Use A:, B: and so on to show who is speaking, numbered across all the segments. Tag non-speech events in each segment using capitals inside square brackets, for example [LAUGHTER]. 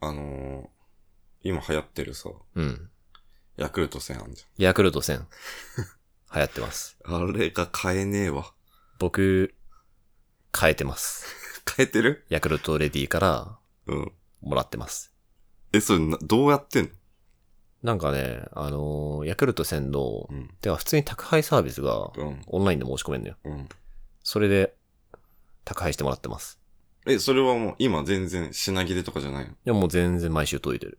A: あのー今流行ってるさ、
B: うん。
A: ヤクルト1000あんじ
B: ヤクルト1000。流行ってます。
A: ゃん。あれが買えねえわ。 [LAUGHS]
B: 僕、変えてます。
A: 買えてる
B: ヤクルトレディから
A: うん。
B: もらってます。
A: え、それな、どうやってんの
B: なんかね、あのーヤクルト1000の、
A: うん。
B: では普通に宅配サービスが
A: うん。
B: オンラインで申し込めるのよ。
A: うん。
B: それで、宅配してもらってます。
A: え、それはもう今全然品切れとかじゃないの
B: いや、もう全然毎週届いてる。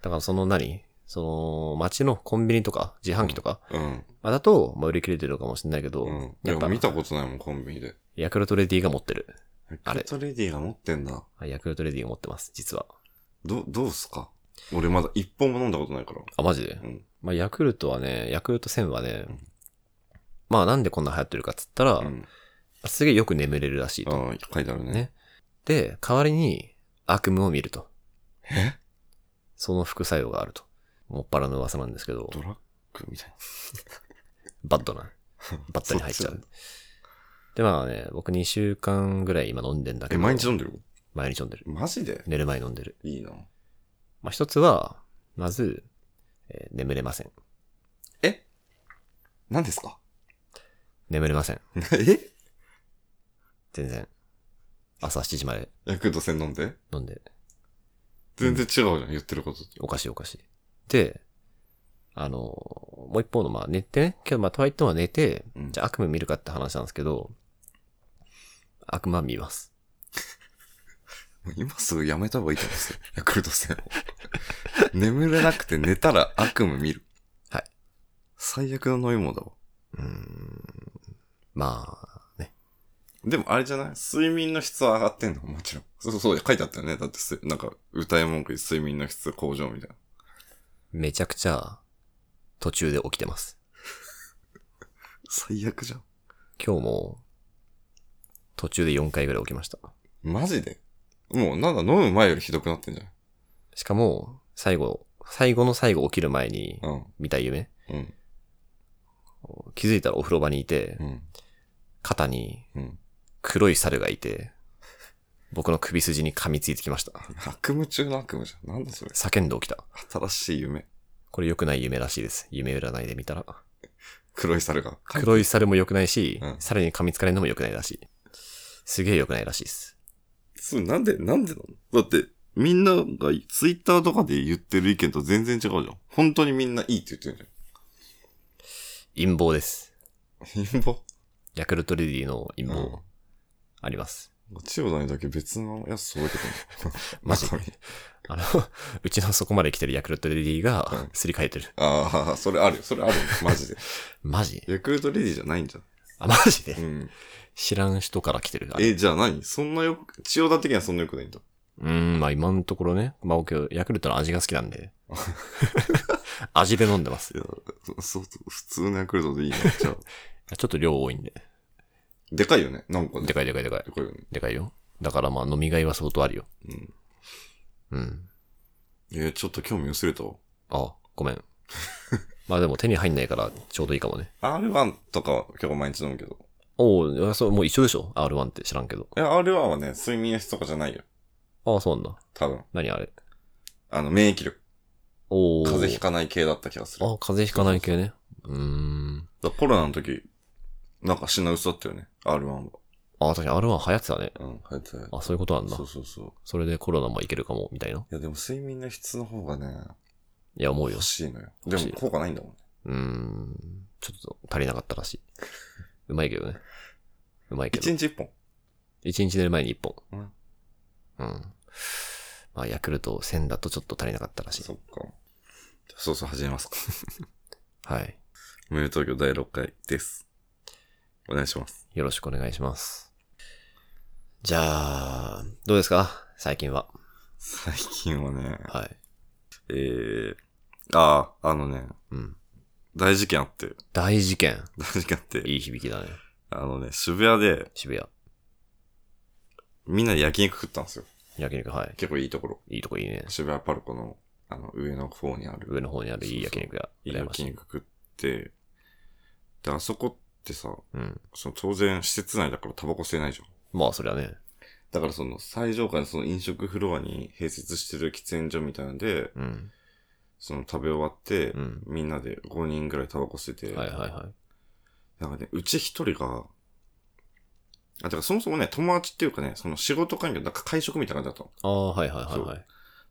B: だからその何その、街のコンビニとか、自販機とか、
A: うん。
B: まあだと、まあ、売り切れてるかもしれないけど、
A: うん。い
B: や
A: や、
B: っぱ
A: 見たことないもん、コンビニで。
B: ヤクルトレディが持ってる。
A: ヤ
B: あ
A: ク
B: れ
A: ルトレディが持ってんだ。
B: あヤクルトレディが持ってます、実は。
A: ど、どうすか俺まだ一本も飲んだことないから。
B: あ、マジで、
A: うん
B: まあ、ヤクルトはね、ヤクルト1000はね、
A: ん
B: まあなんでこんな流行ってるかっつったら、
A: うん。
B: すげえよく眠れるらしいと。
A: ああ、書いてあるね。
B: ねで、代わりに悪夢を見ると。
A: え
B: その副作用があると。もっぱらの噂なんですけど、
A: ドラッグみたい
B: バッ
A: [LAUGHS]
B: ドな。
A: な。
B: バッタに入っちゃ
A: そっ
B: う。で、まあね、僕2週間ぐらい今飲んでんだけ
A: え、
B: ど。
A: 毎日飲んでる
B: 毎日飲んでる。
A: マジで
B: 寝る前に飲んでる。
A: いいな。
B: まあ一つは、まず、えー眠れません。
A: え何ですか
B: 眠れません。
A: [LAUGHS] え
B: 全然。朝7時まで
A: ヤクルト1000飲んで
B: 飲んで、
A: 全然違うじゃん、言ってることと。
B: おかしいおかしい。で、あの、もう一方の、まあ寝てね、けどまあとはいっても寝て、
A: うん
B: じゃあ悪夢見るかって話なんですけど、悪夢は見ます。
A: もう今すぐやめた方がいいと思うんですよ。 [LAUGHS] ヤクルト1000を。眠れなくて寝たら悪夢見る。
B: はい。
A: 最悪の飲み物だわ。
B: うーん。まあ、ね。
A: でもあれじゃない睡眠の質は上がってんのもちろん。そうそう、書いてあったよね。だってす、なんか、歌い文句に睡眠の質向上みたいな。
B: めちゃくちゃ、途中で起きてます。
A: 最悪じゃん。
B: 今日も、途中で4回ぐらい起きました。
A: マジでもう、なんだ、飲む前よりひどくなってんじゃ
B: しかも、最後、最後の最後起きる前に、
A: ん。
B: 見た夢、
A: うん。うん。
B: 気づいたらお風呂場にいて、
A: うん。
B: 肩に
A: うん。
B: 黒い猿がいて、僕の首筋に噛みついてきました。
A: 悪夢中の悪夢じゃん。なんだそれ。
B: 叫んで起きた。
A: 新しい夢。
B: これ良くない夢らしいです。夢占いで見たら。
A: 黒い猿が。
B: 黒い猿も良くないし、
A: うん
B: 猿に噛みつかれるのも良くないらしい。すげえ良くないらしいです。
A: そう、なんで、なんでなのだって、みんながツイッターとかで言ってる意見と全然違うじゃん。本当にみんないいって言ってるじ
B: 陰謀です。
A: ゃん。貧乏
B: ヤクルトレディの陰
A: う
B: 謀
A: ん、
B: あります。
A: 千代田にだけ別のやつ届けてる。
B: マジ
A: 中身
B: あの、 [LAUGHS] うちのそこまで来てるヤクルトレディ
A: う
B: が
A: ん
B: すり替えてる。
A: ああ、それあるよ。それあるよ。マジで。
B: マジ
A: [LAUGHS] ヤクルトレディじゃないんじゃ
B: あ、マジで
A: ん。うん。
B: 知らん人から来てる。あれ
A: え、じゃあ何そんなよく、千代田的にはそんなよくないんだ。
B: うーん、まあ今のところね、まあ僕、ヤクルトの味が好きな
A: [LAUGHS]
B: んで。味で飲んでます。
A: いや、そう、普通のヤクルトでいいな。じゃあ。
B: ちょっと量多いんで。
A: [LAUGHS] でかいよね。なんかね
B: でかいでかいでかい
A: で。かいよね。
B: でかいよ。だからまあ飲みがいは相当あるよ。
A: うん。
B: うん。
A: え、ちょっと興味薄れたわ。
B: あ、ごめん。 [LAUGHS] まあでも手に入んないからちょうどいいかもね。
A: R1 とかは結構毎日飲むけど。
B: おういやそう、もう一緒でしょ ?R1 って知らんけど。
A: いや、R1 はね、睡眠の質とかじゃないよ。
B: ああ、そうなんだ。
A: 多分。
B: 何あれ。
A: あの、免疫力。
B: おお。
A: 風邪ひかない系だった気がする。
B: あ、風邪ひかない系ね。うーん。
A: だコロナの時、なんか品薄だったよね。R1 は。
B: あ、確かに R1 流行ってたね。
A: うん、入ってたよ
B: あ、そういうことなんだ
A: そ。うそうそう。
B: それでコロナもいけるかも、みたいな。
A: いや、でも睡眠の質の方がね、
B: いや、思うよ
A: 欲。しいのよ。で
B: 欲しい
A: も効果ないんだもんね。
B: うーん。ちょっと足りなかったらしい。うまいけどね。うまいけ
A: 一
B: ど。
A: 日一本。
B: 一日寝る前に一本。
A: うん。
B: うん。まあ、ヤクルト1000だとちょっと足りなかったらしい。
A: そっか。じゃあそうそう始め
B: [LAUGHS]
A: ますか。
B: はい。
A: 無料東京第6回です。お願いします。
B: よろしくお願いします。じゃあ、どうですか最近は。
A: 最近はね、
B: はい。
A: えー、ああ、あのね、
B: うん。
A: 大事件あって、
B: 大事件。
A: 大事件あって、
B: いい響きだね。
A: あのね、渋谷で
B: 渋谷。
A: みんなで焼肉食ったんですよ。
B: 焼肉、はい。
A: 結構いいところ。
B: いいとこいいね。
A: 渋谷パルコの、あの、上の方にある。
B: 上の方にあるいい焼肉屋。
A: いい
B: 羨まし
A: 焼
B: い。
A: 肉食って、で、あそこってさ、
B: うん。
A: その当然施設内だからタバコ吸えないじゃん。
B: まあ、そりゃね。
A: だからその最上階のその飲食フロアに併設してる喫煙所みたいなので、
B: うん。
A: その食べ終わって、
B: うん。
A: みんなで5人ぐらいタバコ吸ってて、
B: はいはいはい。
A: なんかね、うち一人が、あ、だからそもそもね、友達っていうかね、その仕事関係、なんか会食みたいな感じだっ
B: ああ、はいはいはいは
A: た
B: い。
A: の。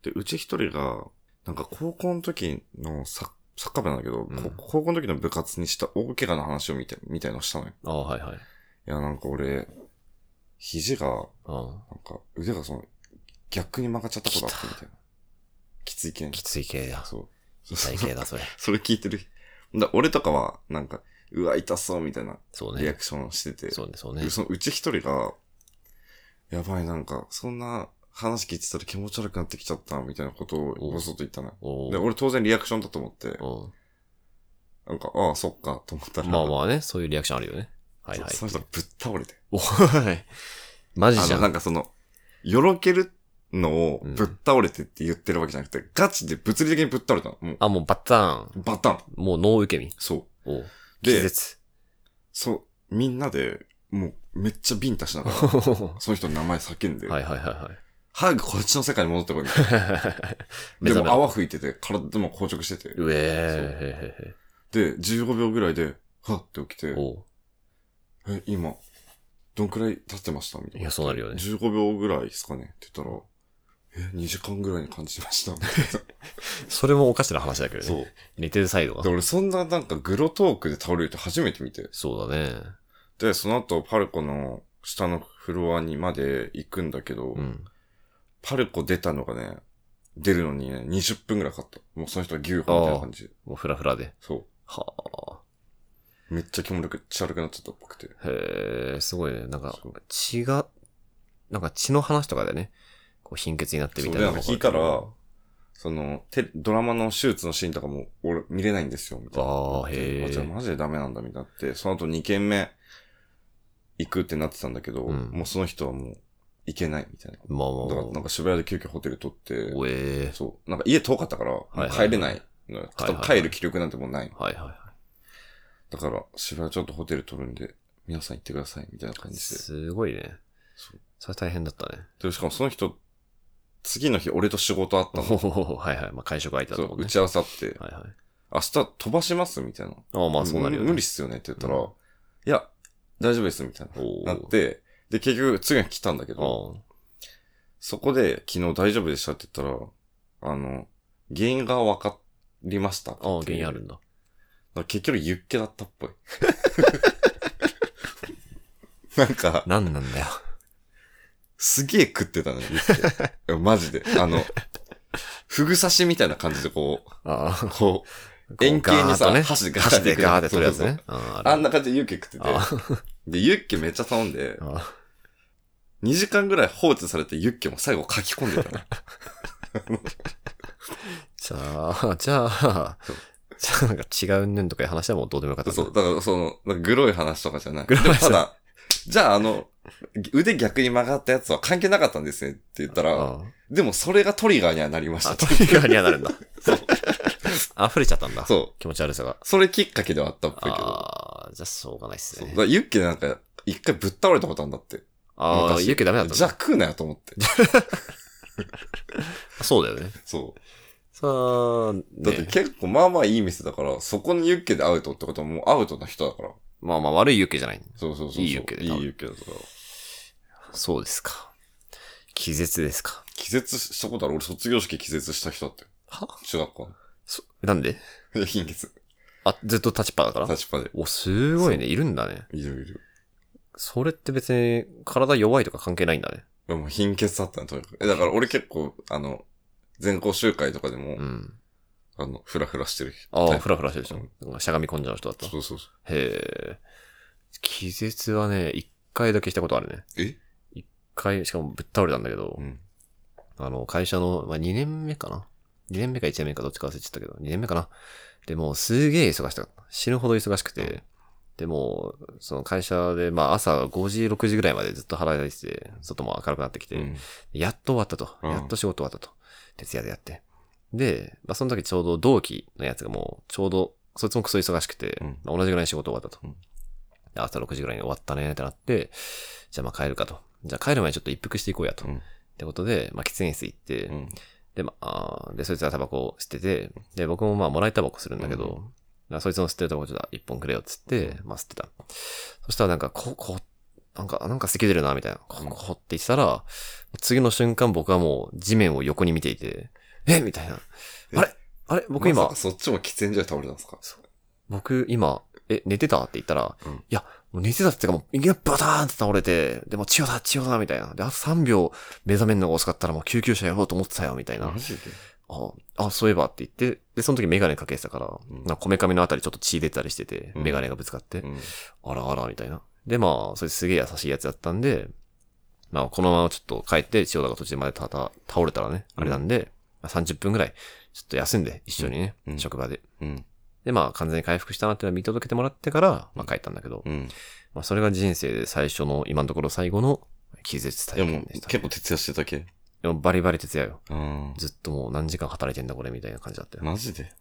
A: で、うち一人が、なんか高校の時のササッカー部なんだけど、
B: うん
A: こ高校の時の部活にした大怪我の話をみたいみたいのをしたのよ。
B: ああ、はいはい。
A: いや、なんか俺、肘が、なん
B: あ
A: か腕がその、逆に曲がっちゃったことあったみたいな。きつい系
B: あ。きつい系だ。
A: そう。
B: 痛い系だ、それ。
A: [LAUGHS] それ聞いてる。だ俺とかは、なんか、うわ、痛そうみたいな
B: そう
A: リア
B: ね。
A: クションをしてて、
B: そうね、そうね。
A: そのうち一人が、やばい、なんか、そんな話聞いてたら気持ち悪くなってきちゃった、みたいなことをぼそっと言ったな。
B: お
A: で、
B: ー
A: 俺当然リアクションだと思って、
B: お
A: なんか、ああ、そっか、と思った
B: ー
A: ら、
B: まあまあね、そういうリアクションあるよね。はいはい。
A: そうその人ぶっ倒れて。
B: おい。マジ
A: あ
B: じゃ
A: の、なん
B: ん。
A: かその、よろけるのをぶっ倒れてって言ってるわけじゃなくて、ガチで物理的にぶっ倒れたの。もう、
B: あ、もうバッターン。
A: バタン。
B: もう脳受け身。
A: そう。
B: おう気
A: で、 [LAUGHS]
B: 絶。
A: そう、みんなで、もう、めっちゃビンタしな
B: [LAUGHS]
A: がら、
B: は
A: その人の名前叫んで、
B: いはいはい
A: 早くこっちの世界に戻ってこいみたいな。
B: はい。目
A: で
B: 覚
A: も
B: めろ
A: 泡吹いてて、体も硬直してて。
B: うえーへへへ。
A: で、15秒ぐらいで、はっって起きて、
B: おう
A: え、今、どんくらい経ってましたみたい
B: い
A: な
B: や、。そうなるよね。
A: 15秒ぐらいですかねって言ったら、え、2時間ぐらいに感じました。みたい
B: それもおかしな話だけ
A: な
B: ど
A: そ
B: ね。
A: う。
B: 寝てるサイドが
A: で、。俺そんななんかグロトークで倒れる人初めて見て。
B: そうだね。
A: で、その後、パルコの下のフロアにまで行くんだけど、
B: うん。
A: パルコ出たのがね、出るのにね、20分ぐらいかかった。もうその人は牛歩みたいな感じで。
B: もうフラフラで。
A: そ
B: は
A: う。めっちゃ気持ち悪くなっちゃったっぽくて。
B: あ。へえ、すごいね。なんか
A: そう、
B: 血が、なんか血の話とかでね、こう貧血になってみたいな
A: そう
B: の
A: で
B: が
A: 聞いたら、その、テドラマの手術のシーンとかも、俺、見れないんですよ、みたいな。
B: あーへー
A: あじゃあマジでダメなんだ、みたいになって、その後2軒目行くってなってたんだけど、
B: うん
A: もうその人はもう、行けない、みたいな。
B: まあま
A: だから、
B: あ
A: な
B: ま
A: ん
B: あ。
A: か渋谷で急遽ホテル取って、
B: おえ
A: そう。なんか家遠かったから、も
B: いは
A: う
B: い
A: 帰れないのよ。
B: はいはい
A: 帰る気力なんてもうない。
B: ー。はいはいは
A: だから、渋谷ちょっとホテル取るんで、皆さん行ってください、みたいな感
B: い。
A: じで。
B: すごいね
A: そう。
B: それ大変だったね。
A: で、しかもその人、次の日俺と仕事あった
B: お
A: の。
B: お [LAUGHS] はいはい。まあ会食相手だ
A: そ
B: と思
A: う、
B: う
A: 打
B: ね。
A: ち合わせあって、
B: はいはい。
A: 明日飛ばしますみたいな。
B: ああ、まあそうなるよね。
A: 無理っすよねって言ったら、
B: うん
A: いや、大丈夫ですみたい
B: おー
A: な。なって、で、結局、次の日来たんだけ
B: あ
A: ど、
B: あ。
A: そこで、昨日大丈夫でしたって言ったら、あの、原因が分かりましたっていう。
B: ああ、原因あるんだ。
A: だから結局、ユッケだったっぽい。 [LAUGHS] なんか、
B: なんなんだよ。
A: すげえ食ってたの、ユッケ。 [LAUGHS] マジで。あの、ふぐ刺しみたいな感じでこう、
B: あ [LAUGHS] あ。
A: こう、円形にさ
B: こうガーッとね
A: 箸でガーッ
B: 箸でガーって
A: そう
B: 取
A: そ
B: る
A: う
B: や
A: そ
B: つ
A: う
B: ね。ああ
A: あ
B: る
A: んな感じでユッケ食ってて。で、ユッケめっちゃ頼んで、
B: ああ。
A: 2時間ぐらい放置されてユッケも最後書き込んでたね。
B: じゃあ、じゃあ、じゃあなんか違うねんとかいう話はもうどうでもよ [LAUGHS] かったんだ
A: そう、だからその、なんかグロい話とかじゃない。
B: グロい話
A: でもただ、じゃああの、腕逆に曲がったやつは関係なかったんですねって言ったら、
B: あ
A: でもそれがトリガーにはなりました
B: あ、
A: って
B: ト。リガーにはなるん [LAUGHS] だ。溢れちゃったんだ。
A: そう。
B: 気持ち悪さが。
A: それきっかけではあったっぽいけど。
B: ああ、じゃあしょうがないっす
A: そうだ
B: ね
A: か。らユッケなんか、一回ぶっ倒れたことあるんだって。
B: ああ、
A: 昔
B: ユッケダメだったん
A: じゃあ
B: だ。
A: 食うなよと思って。
B: そうだよね。
A: そう。
B: さあ、
A: だって
B: ね、
A: 結構まあまあいい店だから、そこにユッケでアウトってことはもうアウトな人だから。
B: まあまあ悪いユッケじゃない。
A: そうそうそうそう。
B: いいユッケで
A: いいユッケだから。
B: そうですか。気絶ですか。
A: 気絶したことある俺卒業式気絶した人だって。
B: は
A: 中学校
B: そなんで
A: の。 [LAUGHS] 貧血。
B: あ、ずっと立ちっぱだから
A: 立ちっぱで。
B: お、すごいね。いるんだね。
A: いるいる。
B: それって別に体弱いとか関係ないんだね。
A: でも貧血だったね、とにかく。えだから俺結構、あの、全校集会とかでも、
B: うん。
A: あの、フラフラしてる人。
B: あ
A: タイ
B: あ、
A: プ
B: ふらふらしてるでしょ
A: うん。
B: なんかしゃがみ込んじゃう人だった。へ
A: そうそうそ
B: え。気絶はね、一回だけしたことあるね。
A: う。え
B: 一回、しかもぶっ倒れたんだけど、
A: うん。
B: あの、会社の、まあ、2年目かな。2年目か1年目かどっちか忘れちゃったけど、2年目かな。で、もうすげえ忙しかった。死ぬほど忙しくて、で、もう、その会社で、まあ朝5時、6時ぐらいまでずっと働いてて、外も明るくなってきて、
A: うん
B: やっと終わったと。
A: うん
B: やっと仕事終わったと。徹夜でやって。で、まあ、その時ちょうど同期のやつがもう、ちょうど、そいつもクソ忙しくて、
A: うん
B: まあ同じぐらいに仕事終わったと。
A: うん
B: で朝6時ぐらいに終わったねってなって、じゃあまあ帰るかと。じゃあ帰る前にちょっと一服していこうやと。
A: う
B: っ
A: ん。
B: てことで、まあ、喫煙室行って、
A: うん。
B: で、まあ、で、そいつがタバコを吸ってて、で、僕もまあ、もらいタバコするんだけ
A: うん
B: ど、まあそいつの吸ってるタバコちょっと一本くれよっつって、まあ、吸ってた。そしたらなんか、こ、こ、なんか、なんか咳出るな、みたいな。こ、
A: うん
B: こって言ってたら、次の瞬間僕はもう地面を横に見ていて、えみたいな。
A: え
B: あれあれ僕今、
A: まさかそっちも喫煙所で倒れたんですか
B: そう僕今、え、寝てたって言ったら、
A: うん
B: いや、もう寝てたっていうかもう、いきなりバターンって倒れて、でもう血をだ、血をだ、みたいな。で、あと3秒目覚めるのが遅かったらもう救急車やろうと思ってたよ、みたいな。
A: ジで
B: あ、あ、そういえばって言って、で、その時メガネかけてたから、
A: うん
B: なんかこめかみのあたりちょっと血出てたりしてて、
A: うん
B: メガネがぶつかって、
A: うん。
B: あらあら、みたいな。で、まあ、それすげえ優しいやつだったんで、まあ、このままちょっと帰って、千代田が途中までたた倒れたらね、
A: うん
B: あれなんで、まあ、30分ぐらい、ちょっと休んで、一緒にね、
A: うん
B: 職場で。
A: うん。
B: で、まあ、完全に回復したなっていうのは見届けてもらってから、まあ、帰ったんだけど、
A: うん。
B: まあ、それが人生で最初の、今のところ最後の、気絶
A: いや
B: 体
A: も
B: 験
A: う
B: でした、
A: 結構徹夜してたけ
B: でもバリバリ徹夜よ。
A: うん。
B: ずっともう何時間働いてんだこれみたいな感じだったよ。
A: マジで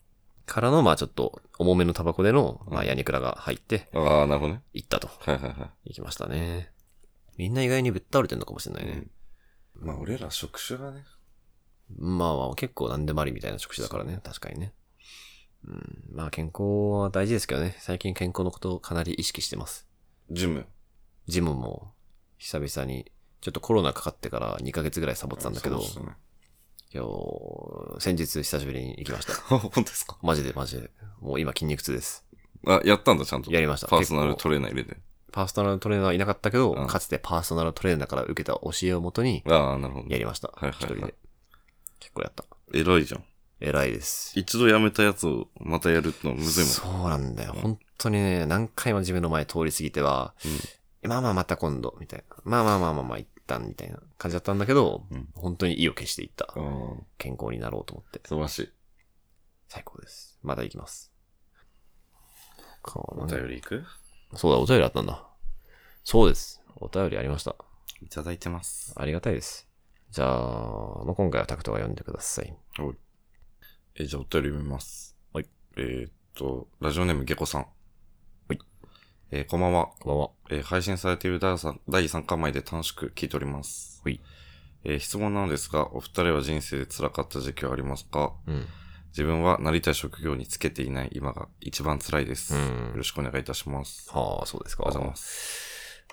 B: からの、まあちょっと、重めのタバコでの、ま
A: う
B: あ
A: ん
B: ヤニクラが入って、
A: ああ、なるほどね。
B: 行ったと。
A: はいはいは
B: 行きましたね。みんな意外にぶっ倒れてんのかもしれない
A: い。
B: ね。
A: まあ俺ら職種がね。
B: まあまあ結構何でもありみたいな職種だからね、確かにね。うん、まあ健康は大事ですけどね。最近健康のことをかなり意識してます。
A: ジム。
B: ジムも、久々に、ちょっとコロナかかってから2ヶ月ぐらいサボってたんだけど、
A: そうで
B: 今日、先日久しぶりに行きました。
A: すね [LAUGHS] 本当ですか
B: マジでマジで。もう今筋肉痛です。
A: あ、やったんだ、ちゃんと。
B: やりました
A: パーソナル
B: 結構
A: トレーナー入れて。
B: パーソナルトレーナーはいなかったけど、
A: うん
B: かつてパーソナルトレーナーから受けた教えをもとに、
A: ああ、なるほど。
B: やりました。
A: はいはいはい
B: 一人で。結構やった。
A: 偉いじゃん。
B: 偉いです。
A: 一度やめたやつをまたやるってのはむずいもん。
B: そうなんだよ。本当にね、何回も自分の前通り過ぎては、まあまあまた今度、みたいな。まあまあまあまあまあ、一旦、みたいな感じだったんだけど、
A: うん
B: 本当に意を決していった。
A: うん。うん。
B: 健康になろうと思って。
A: 素晴らしい。
B: 最高です。また行きます。か
A: お便りいく
B: そうだ、お便りあったんだ。そうです。お便りありました。
A: いただいてます。
B: ありがたいです。じゃあ、まあ今回はタクトが読んでください。
A: はい。え、じゃあお便り読みます。
B: はい。
A: えーっと、ラジオネームゲコさん。
B: はい。
A: えーこんばんは。
B: こんばんは。
A: えー配信されている第三第3回前で楽しく聞いております。
B: はい。
A: えー質問なのですが、お二人は人生で辛かった時期はありますか
B: うん。
A: 自分はなりたい職業につけていない今が一番辛いです。
B: うん
A: よろしくお願いいたします。
B: はあ、そうですか。。
A: ありがとうございます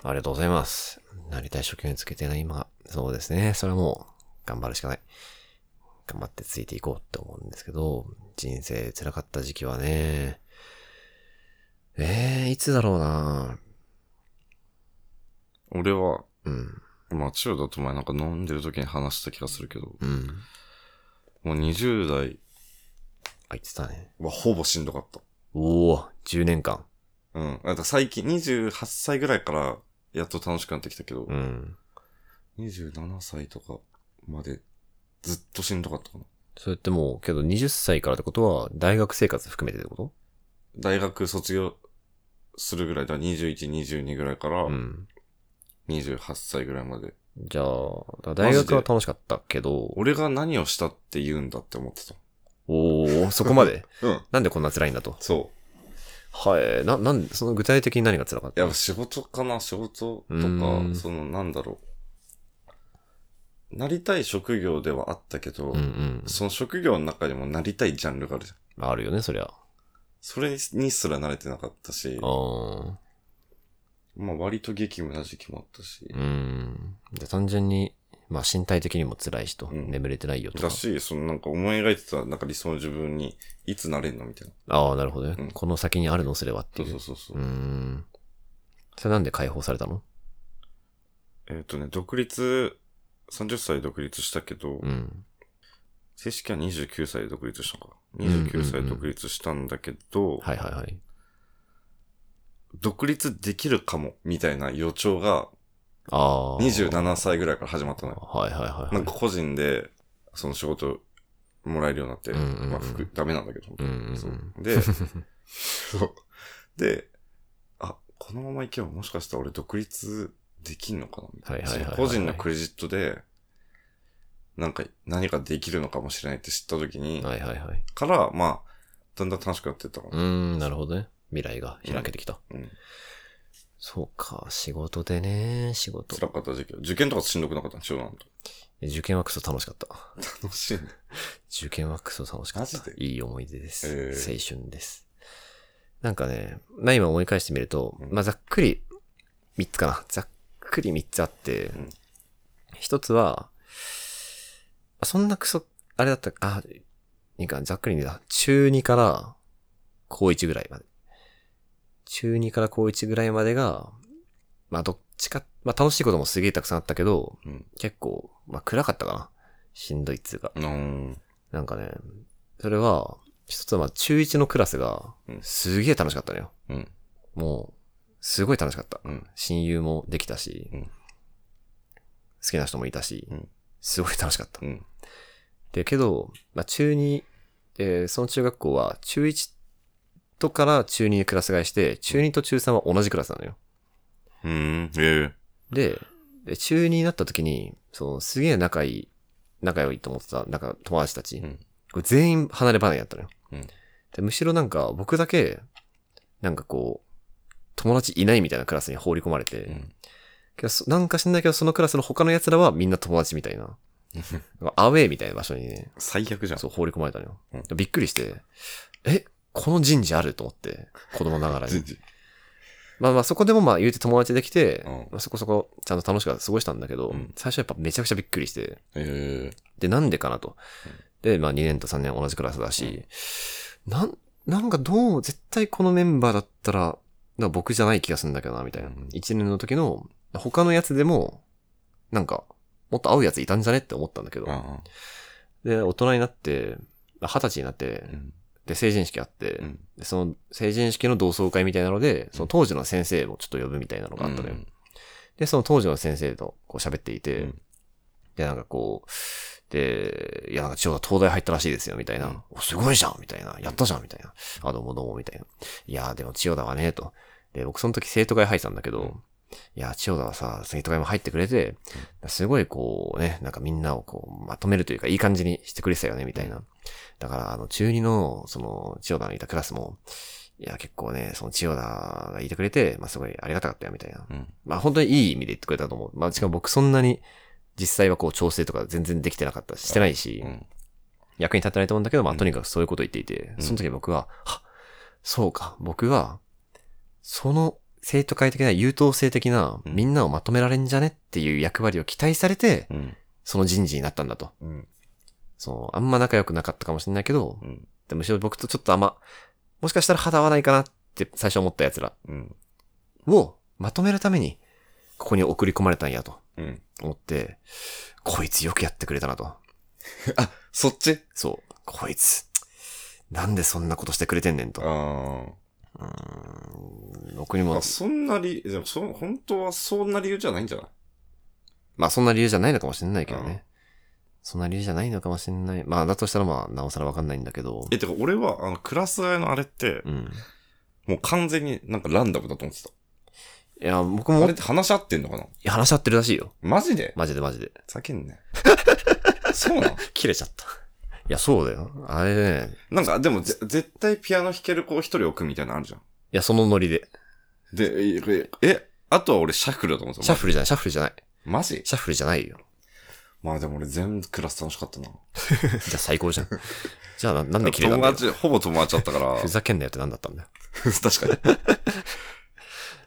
B: ありがとうございます。なりたい職業につけてない今、そうですね。それはもう、頑張るしかない。頑張ってついていこうって思うんですけど、人生辛かった時期はね、ええー、いつだろうな
A: 俺は、
B: うん、
A: まあ、千代だと前なんか飲んでる時に話した気がするけど、
B: うん。
A: もう20代
B: あ、言ってたね。
A: はほぼしんどかった。
B: おお10年間。
A: うん。あと最近、28歳ぐらいから、やっと楽しくなってきたけど、
B: うん。
A: 27歳とかまで、ずっとしんどかったかな。
B: それってもう、けど20歳からってことは、大学生活含めてってこ
A: 大学卒業するぐらいだ、21、22ぐらいから
B: と、ん。
A: 28歳ぐらいまで。
B: じゃあ、だから大学は楽しかったけど、
A: 俺が何をしたって言うんだって思ってた。
B: おおそこまで [LAUGHS]
A: うん。
B: なんでこんな辛いんだと。
A: そ
B: はい。な、なん、その具体的に何が辛かっ
A: う。
B: た
A: やっぱ仕事かな、仕事と
B: うー
A: か、
B: ん
A: その、なんだろう。なりたい職業ではあったけど、
B: うんうん。
A: その職業の中にもなりたいジャンルがあるじゃん。
B: あるよね、そりゃ。
A: それにすら慣れてなかったし、
B: あ
A: まあ割と激務な時期もあったし、
B: ーうん。じゃあ単純に、まあ身体的にも辛いしと、
A: うん
B: 眠れてないよとか
A: だ。し、そのなんか思い描いてたなんか理想の自分にいつなれるのみたいな。
B: ああ、なるほどね、
A: うん
B: この先にあるのすればって
A: そ
B: いうう。
A: そうそうそう。
B: ん。それなんで解放されたの
A: えっ、とね、独立、30歳で独立したけど、
B: うん。
A: 正式は29歳で独立したのか。29歳で独立したんだけど、
B: はいはいはい。
A: 独立できるかも、みたいな予兆が
B: ああ。
A: 27歳ぐらいから始まったのよ。
B: はいはいはい、
A: な
B: は
A: ん
B: い
A: か。個人で、その仕事もらえるようになって、
B: うんうんうん
A: まあ服、ダメなんだけど。
B: うんうんうん
A: そう
B: [LAUGHS]
A: で、そう。で、あ、このままいけばもしかしたら俺独立できんのかなみたいな。
B: はいはいはいはい
A: その個人のクレジットで、なんか、何かできるのかもしれないって知った時に、
B: はいはいはい。
A: から、まあ、だんだん楽しくなってったか
B: う
A: な。
B: ーん、なるほどね。未来が開けてきた。
A: うん
B: そうか、仕事でね、仕事。
A: 辛かった時期は。受験とかしんどくなかった長男と。
B: 受験はクソ楽しかった。
A: 楽しいね。
B: 受験はクソ楽しかっ
A: マ
B: た
A: ジ。で
B: いい思い出です、
A: へ
B: 青春です。なんかね、まあ今思い返してみると、
A: うん
B: まあざっくり3つかな。ざっくり3つあって
A: うん、
B: 一、つは、あそんなクソ、あれだったあ、いいか、ざっくりだ。中2から高1ぐらいまで。中2から高1ぐらいまでが、まあどっちか、まあ楽しいこともすげえたくさんあったけど、
A: うん
B: 結構、まあ暗かったかな。しんどいっつうか。
A: うん。
B: なんかね、それは、一つはまあ中1のクラスが
A: うん、
B: すげえ楽しかったのよ。
A: うん。
B: もう、すごい楽しかった。
A: うん。
B: 親友もできたし、
A: うん
B: 好きな人もいたし、
A: うん
B: すごい楽しかった。
A: うん。
B: で、けど、まあ中2、えーその中学校は中1とから中2にクラス替えして、中2と中3は同じクラスなのよ。
A: うん。え
B: で、で中2になった時に、そう、すげえ仲いい、仲良いと思ってた、なんか友達たち、
A: うん
B: これ全員離れ離れやったのよ。
A: うん
B: でむしろなんか僕だけ、なんかこう、友達いないみたいなクラスに放り込まれて、
A: え。うん。
B: けどそなんか知んないけど、そのクラスの他の奴らはみんな友達みたいな。なんかアウェイみたいな場所にね、
A: 最悪じゃん。
B: そう放り込まれたのよ。
A: う
B: びっくりして、え、この人事あると思って、子供ながらに
A: 全。然
B: まあまあそこでもまあ言うて友達できて、
A: うん
B: まあそこそこちゃんと楽しく過ごしたんだけど、
A: うん
B: 最初やっぱめちゃくちゃびっくりして、
A: え
B: で、なんでかなと
A: うん。
B: で、まあ2年と3年同じクラスだし、なん、なんかどう、絶対このメンバーだったら、なんか僕じゃない気がするんだけどな、みたいな
A: うん。
B: 1年の時の、他のやつでも、なんか、もっと合うやついたんじゃねって思ったんだけ
A: え。
B: ど、
A: あ
B: で、大人になって、まあ二十歳になって
A: あ。、ん。
B: で、成人式あって、
A: うん。
B: でその成人式の同窓会みたいなので、その当時の先生もちょっと呼ぶみたいなのがあったのよ。で、その当時の先生とこう喋っていて、
A: うん
B: で、なんかこう、で、いや、なんか千代田東大入ったらしいですよ、みたいな。
A: うん
B: おすごいじゃんみたいな。やったじゃんみたいな。あ、どうもどうも、みたいな。いや、でも千代田はね、と。で、僕その時生徒会入ってたんだけど、
A: うん
B: いや、千代田はさ、生徒会も入ってくれて、すごいこうね、なんかみんなをこう、まとめるというか、いい感じにしてくれてたよね、みたいな。だから、あの、中2の、その、千代田のいたクラスも、いや、結構ね、その千代田がいてくれて、まあ、すごいありがたかったよ、みたいな。
A: うん。
B: まあ本当にいい意味で言ってくれたと思う。まあしかも僕そんなに実際はこう調整とか全然できてなかったし、してないし、
A: うん。
B: 役に立ってないと思うんだけど、まあ
A: うん
B: とにかくそういうことを言っていて、
A: うん
B: その時僕は、はそうか、僕は、その生徒会的な優等生的な、
A: うん
B: みんなをまとめられんじゃねっていう役割を期待されて、
A: うん。
B: その人事になったんだと。
A: うん。
B: そう、あんま仲良くなかったかもしれないけど、
A: うん。
B: でむしろ僕とちょっとあんま、もしかしたら肌合わないかなって最初思った奴ら
A: うん。
B: をまとめるために、ここに送り込まれたんやと。
A: うん。
B: 思って、こいつよくやってくれたなと。
A: あ、そっち
B: そう。こいつ、なんでそんなことしてくれてんねんと。う
A: あ
B: ーん。僕に
A: あ。
B: も
A: あ、、そんな理、でも、そ、本当はそんな理由じゃないんじゃない
B: まあそんな理由じゃないのかもしれないけど
A: うん
B: ね。そんな理由じゃないのかもしれない。まあだとしたらまあなおさらわかんないんだけど。
A: え、てか俺は、あの、クラス替えのあれって、
B: うん。
A: もう完全になんかランダムだと思ってた。
B: いや、僕
A: あ
B: も
A: れって話し合ってんのかな
B: 話し合ってるらしいよ。
A: マジで
B: マジでマジで。
A: ふざけんね。そうなの
B: 切れちゃった。いや、そうだよ。あれね。
A: なんか、でもぜ、絶対ピアノ弾ける子一人置くみたいなのあるじゃん。
B: いや、そのノリで。
A: で、え、ええあとは俺シャッフルだと思ってた。
B: シャッフルじゃない、シャッフルじゃない。
A: マジ
B: シャッフルじゃないよ。
A: まあでも俺全部クラス楽しかったな。
B: じゃあ最高じ
A: [LAUGHS]
B: ゃん。じゃあななんで切れたん
A: 友
B: だよ。
A: 達、ほぼ友達だった
B: [LAUGHS]
A: から
B: ふ、ざけんなよってなんだったんだよ。
A: 確かに。 [LAUGHS]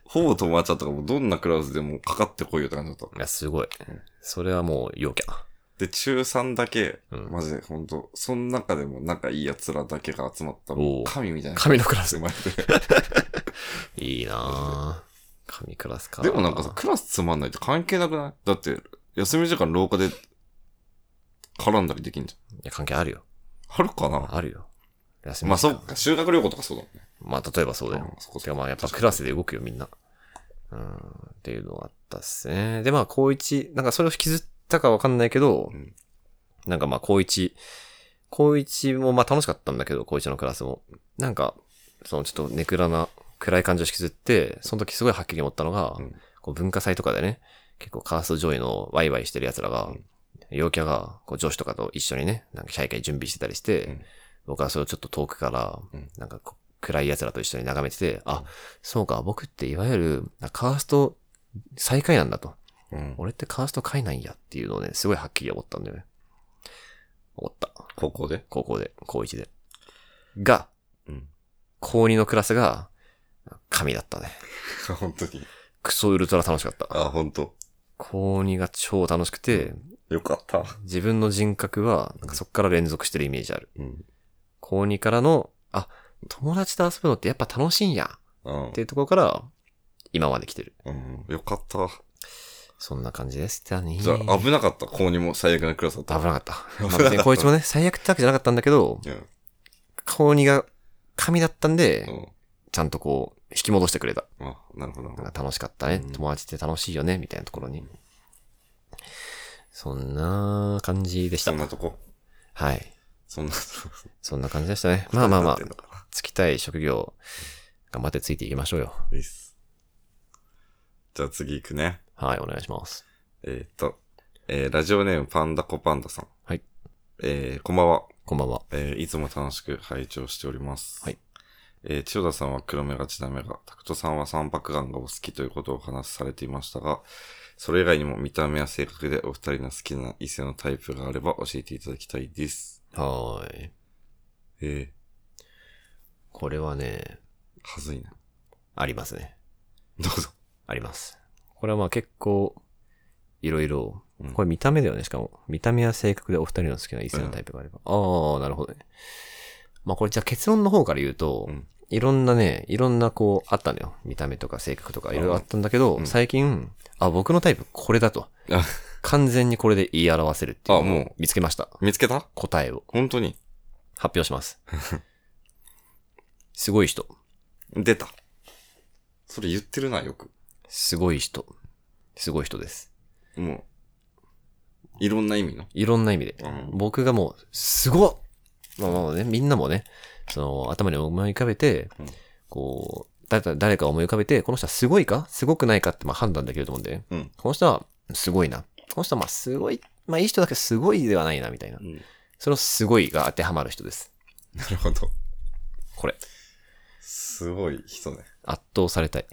A: ほぼ友達だったから、もうどんなクラスでもかかってこいよって感じだった。
B: いや、すごい
A: うん。
B: それはもう、陽キャ。
A: で、中3だけ、
B: うん
A: マジでほんと、その中でも仲いい奴らだけが集まった、
B: おう
A: 神みたい [LAUGHS] な。
B: 神のクラ
A: 生
B: ス。
A: まれて。
B: いいなぁ。神クラスか。
A: でもなんかさ、、クラスつまんないと関係なくないだって、休み時間廊下で絡んだりできんじ
B: いや、関係あるよ。
A: ゃん。あるかな
B: あるよ。休み
A: まあ
B: 時
A: そ
B: 間
A: っ。か、修学旅行とかそうだもんね。
B: まあ、例えばそうだよ
A: うんそこ。そこ
B: てかまあ、やっぱクラスで動くよ、みんな。うん、っていうのがあったっすね。で、まあ、高一、なんかそれを引きずったかわかんないけど
A: うん、
B: なんかまあ、高一、高一もまあ楽しかったんだけど、高一のクラスも。なんか、そのちょっとネクラな、暗い感じを引きずって、その時すごいはっきり思ったのが、
A: うん
B: こう文化祭とかでね、結構カースト上位のワイワイしてる奴らが、
A: うん
B: 陽キャがこう女子とかと一緒にね、なんか社会準備してたりして、
A: うん
B: 僕はそれをちょっと遠くから、
A: うん
B: なんかこう暗い奴らと一緒に眺めてて、あ、そうか、僕っていわゆる、あカースト最下位なんだと。
A: うん。
B: 俺ってカースト下位なんやっていうのをね、すごいはっきり思ったんだよね。思った。
A: 高校で
B: 高校で、高1で。が、
A: うん。
B: 高2のクラスが、神だったね。
A: [LAUGHS] 本当に。
B: クソウルトラ楽しかった。
A: あ、本当。
B: 高2が超楽しくて、
A: よかった。
B: 自分の人格は、なんかそっから連続してるイメージある。
A: うん。
B: 高2からの、あ、友達と遊ぶのってやっぱ楽しいんや
A: うん
B: っていうところから、今まで来てる。
A: うん。よかった。
B: そんな感じです。だね。
A: じゃあ、危なかった。高にも最悪なクラスだっ
B: 危
A: た。
B: なかった。ま
A: [LAUGHS] 危な
B: あ、
A: かった
B: 別にこいつもね、最悪ってわけじゃなかったんだけど、
A: うん。
B: 高2が神だったん
A: う
B: で、
A: ん。
B: ちゃんとこう、引き戻してくれた。
A: あ、なるほど。
B: なんか楽しかったね
A: う。ん
B: 友達って楽しいよね、みたいなところに。そんな感じでした
A: そん。なとこ。
B: はい。
A: そんな、
B: そんな感じでしたね。まあまあまあ
A: なって、んのか
B: つきたい職業、頑張ってついていきましょうよ。
A: ないいっす。じゃあ次行くね。
B: はい、お願いします。
A: えっ、と、えーラジオネームパンダコパンダさん。
B: はい。
A: えーこんばんは。
B: こんばんは。
A: えーいつも楽しく拝聴しております。
B: はい。
A: えー千代田さんは黒目がちな目が、タクトさんは三白眼がお好きということをお話しされていましたが、それ以外にも見た目や性格でお二人の好きな異性のタイプがあれば教えていただきたいです。
B: はーい。
A: え
B: これはね、
A: ー、はずいな。
B: ありますね。
A: どうぞ。
B: あります。これはまあ結構、いろいろ
A: うん。
B: これ見た目だよね、しかも。見た目や性格でお二人の好きな異性のタイプがあれば。ああ、なるほどね。まあこれじゃあ結論の方から言うと、
A: うん
B: いろんなね、いろんなこう、あったんだよ。見た目とか性格とかいろいろあったんだけど、
A: うん
B: 最近、あ、僕のタイプこれだと
A: あ。
B: 完全にこれで言い表せるっていうの
A: あも
B: を
A: う
B: 見つけました。
A: 見つけた
B: 答えを
A: 本当に
B: 発表
A: [LAUGHS]
B: します。すごい人。
A: 出た。それ言ってるな、よく。
B: すごい人。すごい人です。
A: もう、いろんな意味の。
B: いろんな意味で。
A: うん。
B: 僕がもう、すごっまあまあね、みんなもね、その、頭に思い浮かべて、
A: うん
B: こう、誰か、誰か思い浮かべて、この人はすごいかすごくないかってまあ判断できると思うんで、
A: うん。
B: この人はすごいな。この人はまあすごい、まあいい人だけどすごいではないな、みたいな
A: う。ん
B: そのすごいが当てはまる人です。
A: なるほど。
B: これ。
A: すごい人ね。
B: 圧倒されたい。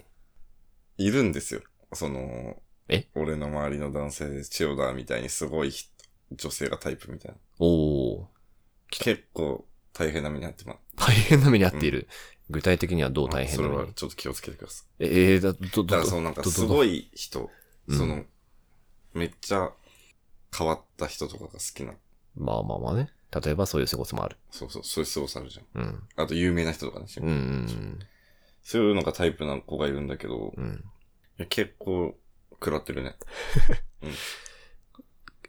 A: いるんですよ。その、
B: え
A: 俺の周りの男性で千代田みたいにすごい人女性がタイプみたいな。
B: おー。
A: 結構大変な目にあってます。
B: 大変な目に遭っている。具体的にはどう大変
A: そ
B: な目
A: れは
B: に。
A: ちょっと気をつけてください。
B: ええー、だ、ど、
A: だか
B: ど、
A: らそのなんか
B: どど
A: す
B: ど
A: ごい人、
B: うん
A: その、めっちゃ変わった人とかが好きな。
B: まあまあまあね。例えばそういう凄さもある。
A: そうそう、そういう凄さあるじゃん。
B: うん。
A: あと有名な人とかね。
B: うんうん
A: そういうのがタイプな子がいるんだけど
B: うん。、うん。
A: いや結構食らってるね。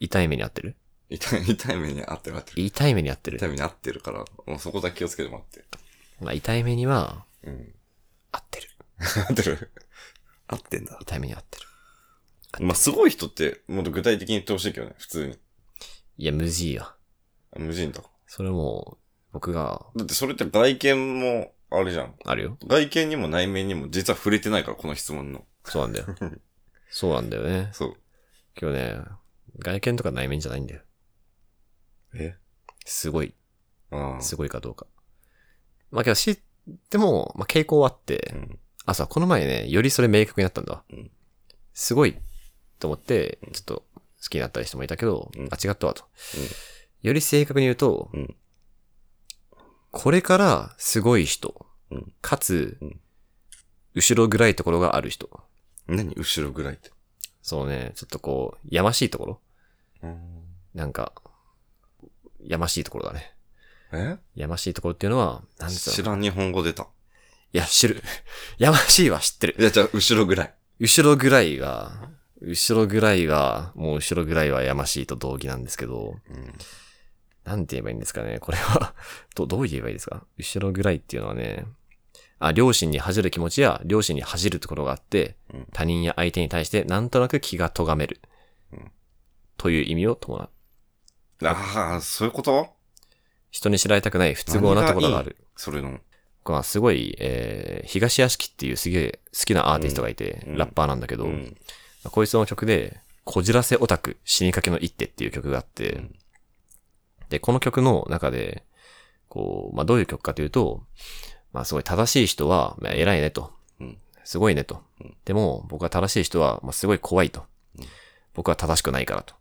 B: 痛い目に遭ってる
A: 痛い、 [LAUGHS] 痛い目にあってる合ってる。
B: 痛い目に遭って
A: 痛い
B: る。
A: 目にあってるから、もうそこだけ気をつけてもらっ
B: まあ、痛い目には
A: て。うん。 [LAUGHS]
B: 合ってる。
A: 合ってる合ってんだ。
B: 痛い目に合ってる。
A: まあ、すごい人って、もっと具体的に言ってほしいけどね、普通に。
B: いや、無事や。
A: 無人とか。
B: それもう、僕が、
A: だってそれって外見も、あれじゃん。
B: あるよ。
A: 外見にも内面にも実は触れてないから、この質問の。
B: そうなん
A: [LAUGHS]
B: だよ。そうなんだよね。
A: そう。
B: 今日ね、外見とか内面じゃないんだよ。
A: え
B: すごい。
A: ああ。
B: すごいかどうか。まあ、けど知っても、まあ、傾向はあって
A: う、ん。
B: あ、そう、この前ね、よりそれ明確になったんだわ
A: うん。
B: すごいと思って、ちょっと好きになった人もいたけど
A: うん、
B: あ、違ったわと。より正確に言うと
A: うん、
B: これからすごい人
A: うん、
B: かつ
A: うん、
B: 後ろ暗いところがある人。
A: 何後ろぐらいって。
B: そうね、ちょっとこう、やましいところ
A: うん。
B: なんか、やましいところだね。
A: え
B: やましいところっていうのは、なんつう
A: 知
B: の
A: らん日本語出た。
B: いや、知る。 [LAUGHS] やましいは知ってる。
A: いや、じゃあ、後ろぐらい。
B: 後ろぐらいが、後ろぐらいが、もう後ろぐらいはやましいと同義なんですけど、
A: うん。
B: なんて言えばいいんですかね、これは [LAUGHS] ど、どう言えばいいですか後ろぐらいっていうのはね、あ、両親に恥じる気持ちや、両親に恥じるところがあって
A: うん、
B: 他人や相手に対してなんとなく気が咎める
A: うん。
B: という意味を伴う。
A: ああ、そういうこと
B: 人に知られたくない不都合なところがある。
A: それの。
B: 僕はすごい、えー、東屋敷っていうすげえ好きなアーティストがいて、
A: うん
B: ラッパーなんだけど、
A: うん。
B: こいつの曲で、こじらせオタク、死にかけの一手っていう曲があって、
A: うん
B: で、この曲の中で、こう、まあ、どういう曲かというと、まあすごい正しい人は、まあ、偉いねと
A: うん。
B: すごいねと
A: うん。
B: でも僕は正しい人は、まあすごい怖いと
A: うん。
B: 僕は正しくないからと。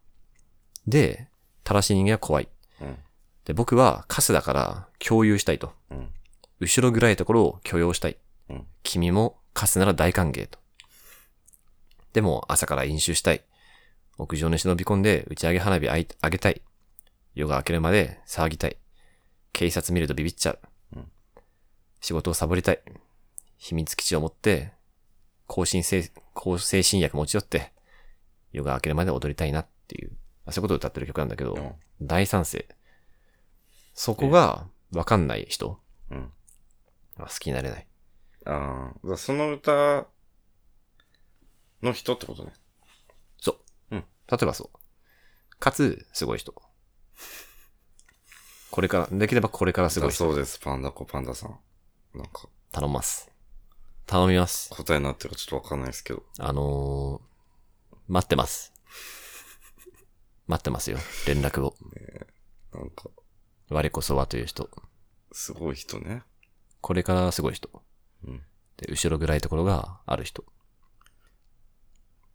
B: で、正しい人間は怖い。
A: うん。
B: で、僕はカスだから共有したいと。
A: うん。
B: 後ろ暗いところを許容したい。
A: うん
B: 君もカスなら大歓迎と。でも朝から飲酒したい。屋上に忍び込んで打ち上げ花火あいあげたい。夜が明けるまで騒ぎたい。警察見るとビビっちゃう。
A: うん
B: 仕事をサボりたい。秘密基地を持って、更新精、向精神薬持ち寄って、夜が明けるまで踊りたいなっていう、まあそういうことを歌ってる曲なんだけど、
A: うん
B: 大賛成。そこがわかんない人、
A: うん。
B: あ好きになれない。
A: ああ、だからその歌の人ってことね。
B: そう。
A: うん
B: 例えばそう。かつ、すごい人。これから、できればこれからすごい
A: だ
B: 人。
A: そうです、パンダ子パンダさん。なんか、
B: 頼みます。頼みます。
A: 答えになってるかちょっとわかんないですけど。
B: あのー、待ってます。待ってますよ。連絡を。
A: なんか、
B: 我こそはという人。
A: すごい人ね。
B: これからすごい人。
A: うん。
B: で、後ろ暗いところがある人。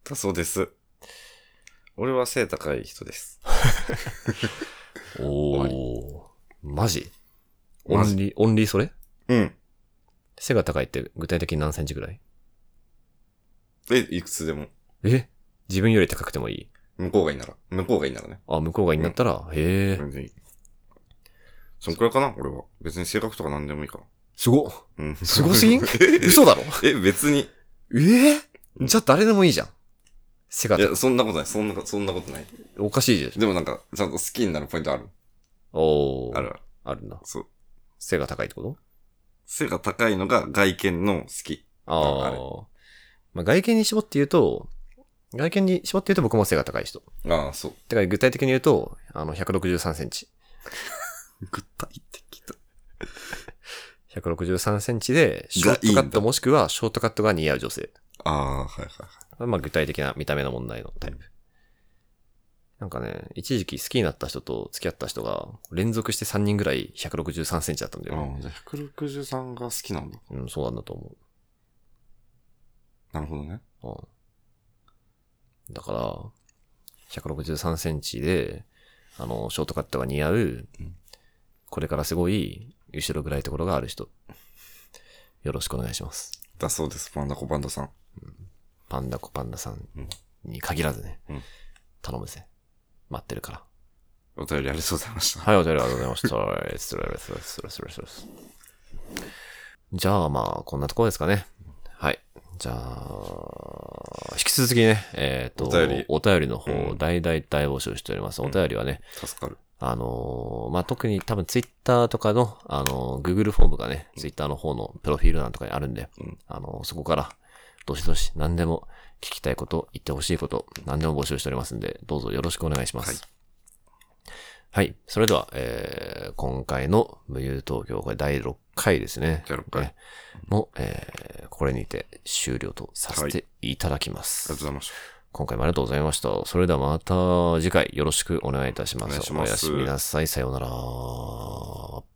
A: だそうです。俺は背高い人です。
B: おー。マジオ
A: マジ
B: ンリー、オンリーそれ
A: うん。
B: 背が高いって具体的に何センチぐらい
A: え、いくつでも。
B: え自分より高くてもいい
A: 向こうがいいなら。向こうがいいならね。
B: あ、向こうがいいんだったら、へえ、
A: 全然いい。そんくらいかな俺は。別に性格とか何でもいいから。
B: すごっ
A: うん。
B: すご
A: [LAUGHS]
B: すぎん [LAUGHS] 嘘だろ
A: え、別に。
B: ええじゃあ誰でもいいじゃん。背が
A: い
B: 高い
A: や、そんなことない。そんなこと、そんなことない。
B: おかしいでし
A: でもなんか、ちゃんと好きになるポイントある。
B: ょ。おー。
A: あるある。
B: あるんだ。
A: そう。
B: 背が高いってこと
A: 背が高いのが外見の好き。
B: あ
A: ある
B: あ。まあ、外見に絞って言うと、外見に絞って言うと僕も背が高い人。
A: ああ、そう。
B: だから具体的に言うと、あの、163センチ。
A: 具体的だ。
B: 163センチで、ショートカットもしくはショートカットが似合う女性。
A: ああ、はいはいはい。
B: まあ具体的な見た目の問題のタイプ。なんかね、一時期好きになった人と付き合った人が連続して3人ぐらい163センチだったんだよね。
A: ああ、じゃあ163が好きなんだ。
B: うん、そうなんだと思
A: なるほどね。
B: う。うん。だから、163センチで、あの、ショートカットが似合う
A: うん、
B: これからすごい後ろぐらいところがある人。よろしくお願いします。
A: だそうです、パンダコパンダさん。
B: パンダコパンダさん
A: うん
B: に限らずね。
A: うん
B: 頼むぜ。待ってるから。
A: お便りありがとうございました。
B: はい、お便りありがとうございました。それそれそれそれそれそれ [LAUGHS] じゃあ、まあ、こんなところですかね。はい。じゃあ、引き続きね、えっ、と、
A: お便り
B: の方
A: う、ん
B: 大大大募集しております。お便りはね、
A: 助かる。
B: あのーまあ、特に多分ツイッターとかの、あのー Google フォームがね、ツイッターの方のプロフィール欄とかにあるんで、
A: うん
B: あのーそこから、どしどし何でも聞きたいこと、言ってほしいこと、何でも募集しておりますんで、どうぞよろしくお願いします。はい。それでは、えー、今回の無友東京、これ第6回ですね。
A: 第六回
B: ねの、えー、これにて終了とさせていただきま
A: あり
B: す。
A: がとうございました。
B: 今回もありがとうございました。それではまた次回よろしくお願いいたしま
A: お
B: す。
A: 願いします
B: おやすみなさい。さようなら。